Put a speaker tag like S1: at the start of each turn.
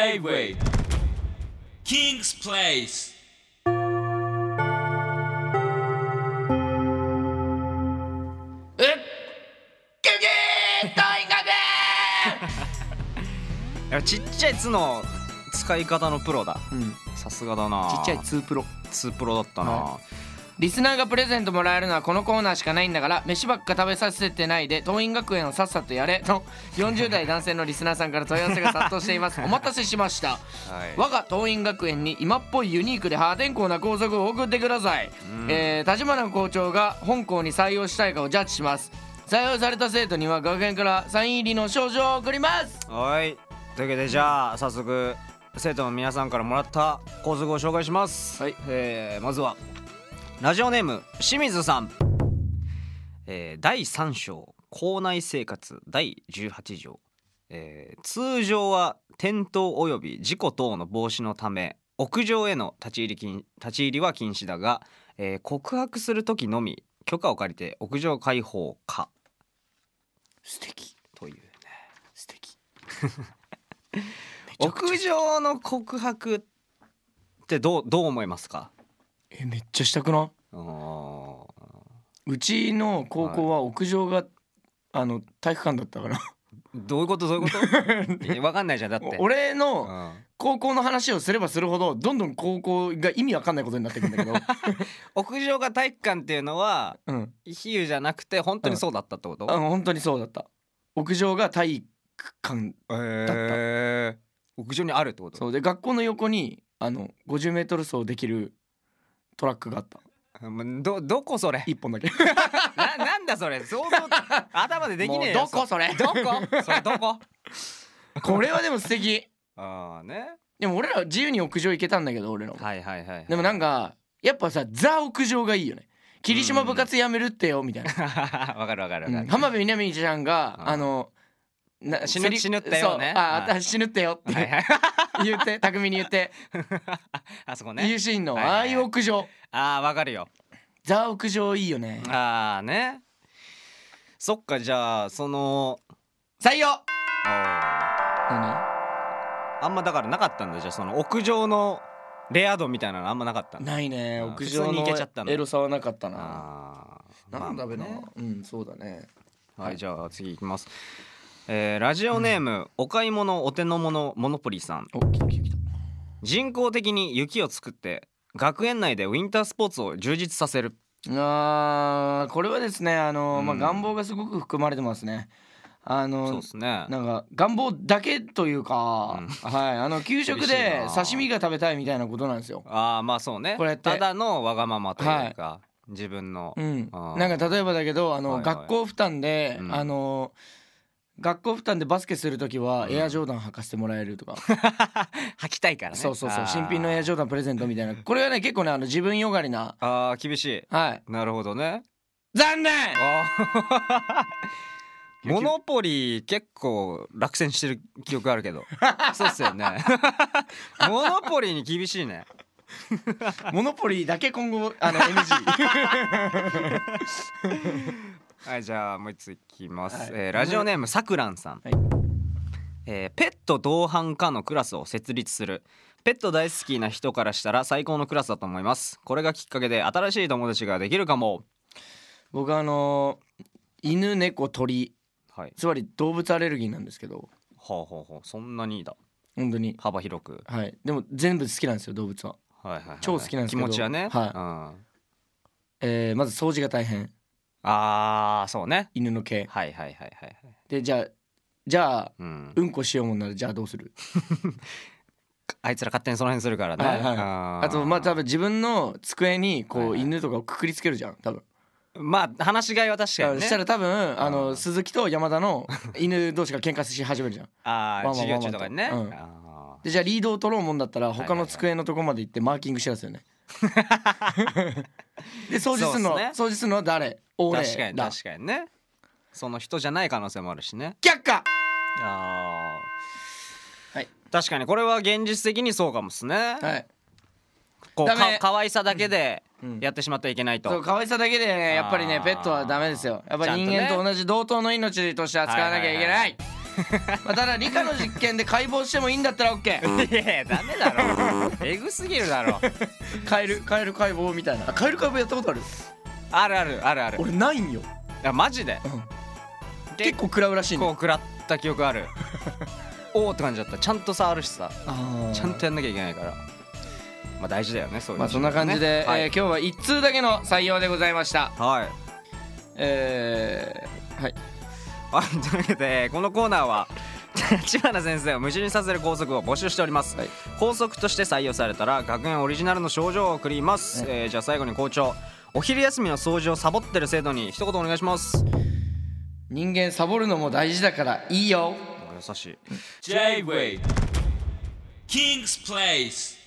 S1: J-Way King's Place
S2: うっゲゲー大学
S3: いやちっちゃい「つ」の使い方のプロだ
S2: うん、
S3: さすがだな
S2: ちっちゃい2プロ
S3: 「つ」プロだったな、
S2: はリスナーがプレゼントもらえるのはこのコーナーしかないんだから飯ばっか食べさせてないで桐蔭学園をさっさとやれと40代男性のリスナーさんから問い合わせが殺到しています お待たせしました
S3: はい
S2: 我が桐蔭学園に今っぽいユニークで破天荒な校則を送ってください、えー、立花校長が本校に採用したいかをジャッジします採用された生徒には学園からサイン入りの賞状を送ります
S3: はいというわけでじゃあ早速生徒の皆さんからもらった校則を紹介します
S2: はい
S3: えーまずはラジオネーム清水さん、えー第3章校内生活第18条、えー通常は転倒及び事故等の防止のため屋上への立ち入り禁立ち入りは禁止だが、えー告白する時のみ許可を借りて屋上開放か
S2: 素敵
S3: という
S2: 素敵
S3: 屋上の告白ってどうどう思いますか
S2: えめっちゃしたくないう
S3: ーん
S2: うちの高校は屋上が、あの体育館だったから
S3: どういうことどういうことえわかんないじゃんだって
S2: 俺
S3: うん
S2: の高校の話をすればするほどどんどん高校が意味わかんないことになってく んだけど、
S3: 屋上が体育館っていうのは
S2: うん、
S3: 比喩じゃなくて本当にそうだったってこと、
S2: あの本当にそうだった屋上が体育館
S3: へー屋上にあるってこと
S2: そうで学校の横にあの 50m 走できるトラックがあった
S3: うんどどこそれ
S2: 一本だけ
S3: ななんだそれ想像頭でできねえよ
S2: もうどこそれ
S3: どこそれどこ
S2: これはでも素敵
S3: ああね
S2: でも俺らは自由に屋上行けたんだけど俺らも
S3: はいはいはい
S2: でもなんかやっぱさザ屋上がいいよね霧島部活やめるってよみたいな
S3: わかるわかるわかる、
S2: 浜辺美波ちゃんが、
S3: うん
S2: あのな
S3: 死ぬ
S2: セリ
S3: 死ぬってよね
S2: そうあ、
S3: はい
S2: あ死ぬってよっ
S3: はい
S2: て
S3: はい
S2: 言って巧みに言って
S3: あそこ
S2: 言
S3: ね
S2: うシーンの
S3: はいはい
S2: ああいう屋上
S3: ああわかるよ
S2: ザ屋上いいよね
S3: ああねそっかじゃあその
S2: 採用
S3: あ
S2: 何
S3: んまだからなかったんだじゃあその屋上のレア度みたいなのあんまなかったんだ
S2: ないね
S3: あー
S2: 屋上
S3: 普通に行けちゃった
S2: の
S3: の
S2: エロさはなかったな
S3: あー
S2: なんだべな
S3: まあね
S2: うんそうだね
S3: はい、じゃあ次いきますえーラジオネーム、お買い物お手の物モノポリーさん
S2: おきききた
S3: 人工的に雪を作って学園内でウィンタースポーツを充実させる
S2: あーこれはですねあの、まあ、
S3: うん
S2: 願望がすごく含まれてますねあ
S3: そう
S2: の
S3: ですね
S2: なんか願望だけというか、
S3: うん
S2: はいあの給食
S3: 厳しい
S2: で
S3: な
S2: 刺身が食べたいみたいなことなんですよ。
S3: ああまあそうね
S2: これって
S3: ただのわがままというか、自分の、
S2: うん、
S3: あー
S2: なんか例えばだけどあの、
S3: はいはい
S2: 学校負担で、
S3: うん
S2: あの学校負担でバスケする時は
S3: うん
S2: エアジョーダン履かせてもらえるとか、
S3: 履きたいからね
S2: そうそうそ
S3: あ
S2: う
S3: ー
S2: 新品のエアジョーダンプレゼントみたいなこれはね結構ねあの自分よがりな
S3: あー厳しい
S2: はい
S3: なるほどね
S2: 残念
S3: あ ーモノポリー結構落選してる記憶あるけど そうっすよね モノポリーに厳しいね
S2: モノポリーだけ今後あ の NG
S3: はいじゃあもう一ついきます、
S2: はい
S3: えーラジオネームさくらんさん、
S2: はい
S3: えーペット同伴化のクラスを設立するペット大好きな人からしたら最高のクラスだと思いますこれがきっかけで新しい友達ができるかも
S2: 僕はあの犬猫鳥
S3: はい
S2: つまり動物アレルギーなんですけど
S3: ほうほうほうそんなにだ
S2: 本当に
S3: 幅広く
S2: はいでも全部好きなんですよ動物は
S3: はいはい、はい、
S2: 超好きなんですけど
S3: 気持ちはね、
S2: は
S3: う
S2: い
S3: ん、
S2: えーまず掃除が大変
S3: あーそうね
S2: 犬の毛
S3: はいはいはいはいはい
S2: でじゃあじゃあ
S3: うん
S2: うんこしようもんならじゃあどうする
S3: あいつら勝手にその辺するからね、
S2: はいはい
S3: あー
S2: あとまあ多分自分の机にこ
S3: は
S2: う
S3: いはい
S2: 犬とかをくくりつけるじゃん多分
S3: まあ話し飼いは確かにね
S2: したら多分あ
S3: う
S2: の
S3: ん
S2: 鈴木と山田の犬同士が喧嘩し始め るじゃん
S3: あ
S2: ま
S3: あ
S2: あまあ
S3: 授業中とかにね、
S2: まあま
S3: あ
S2: でじゃあリードを取ろうもんだったら
S3: いはい
S2: 他の机のとこまで行ってマーキングしだ すよねで掃除するの
S3: そうっす
S2: 掃除するのは誰
S3: ー
S2: 俺
S3: 確かに
S2: だ
S3: 確かにねその人じゃない可能性もあるしね
S2: 却下
S3: ああ
S2: はい
S3: 確かにこれは現実的にそうかもっすね、
S2: はい
S3: こう
S2: ダ
S3: か
S2: メ
S3: 可愛さだけで
S2: うん
S3: やってしまってはいけないと、
S2: そう可愛さだけでねやっぱり
S3: あ
S2: ね
S3: ー
S2: ペットはダメですよやっぱり人
S3: ちゃん
S2: 間
S3: とね
S2: と同じ同等の命として扱わなきゃいけないまあ、ただ理科の実験で解剖してもいいんだったら OK
S3: いやいやダメだ ろエグすぎるだろ
S2: カエルカエル解剖みたいなあカエル解剖やったことある
S3: あるあるあるある
S2: 俺ないんよ
S3: いやマジで、
S2: うん
S3: 結
S2: 結構食らうらし い
S3: 構
S2: の
S3: 食らった記憶ある おおって感じだったちゃんと触るしさ
S2: あー
S3: ちゃんとやんなきゃいけないからまあ大事だよねそういう
S2: まあそんな感じで、
S3: はい、
S2: えー今日は一通だけの採用でございました
S3: はい
S2: えー、はい
S3: はい、というわけでこのコーナーは 立花先生を夢中にさせる校則を募集しております、
S2: はい
S3: 校則として採用されたら学園オリジナルの賞状を送ります、
S2: はい
S3: えーじゃあ最後に校長お昼休みの掃除をサボってる生徒に一言お願いします
S2: 人間サボるのも大事だからいいよ
S3: 優しい
S1: J-Way King's Place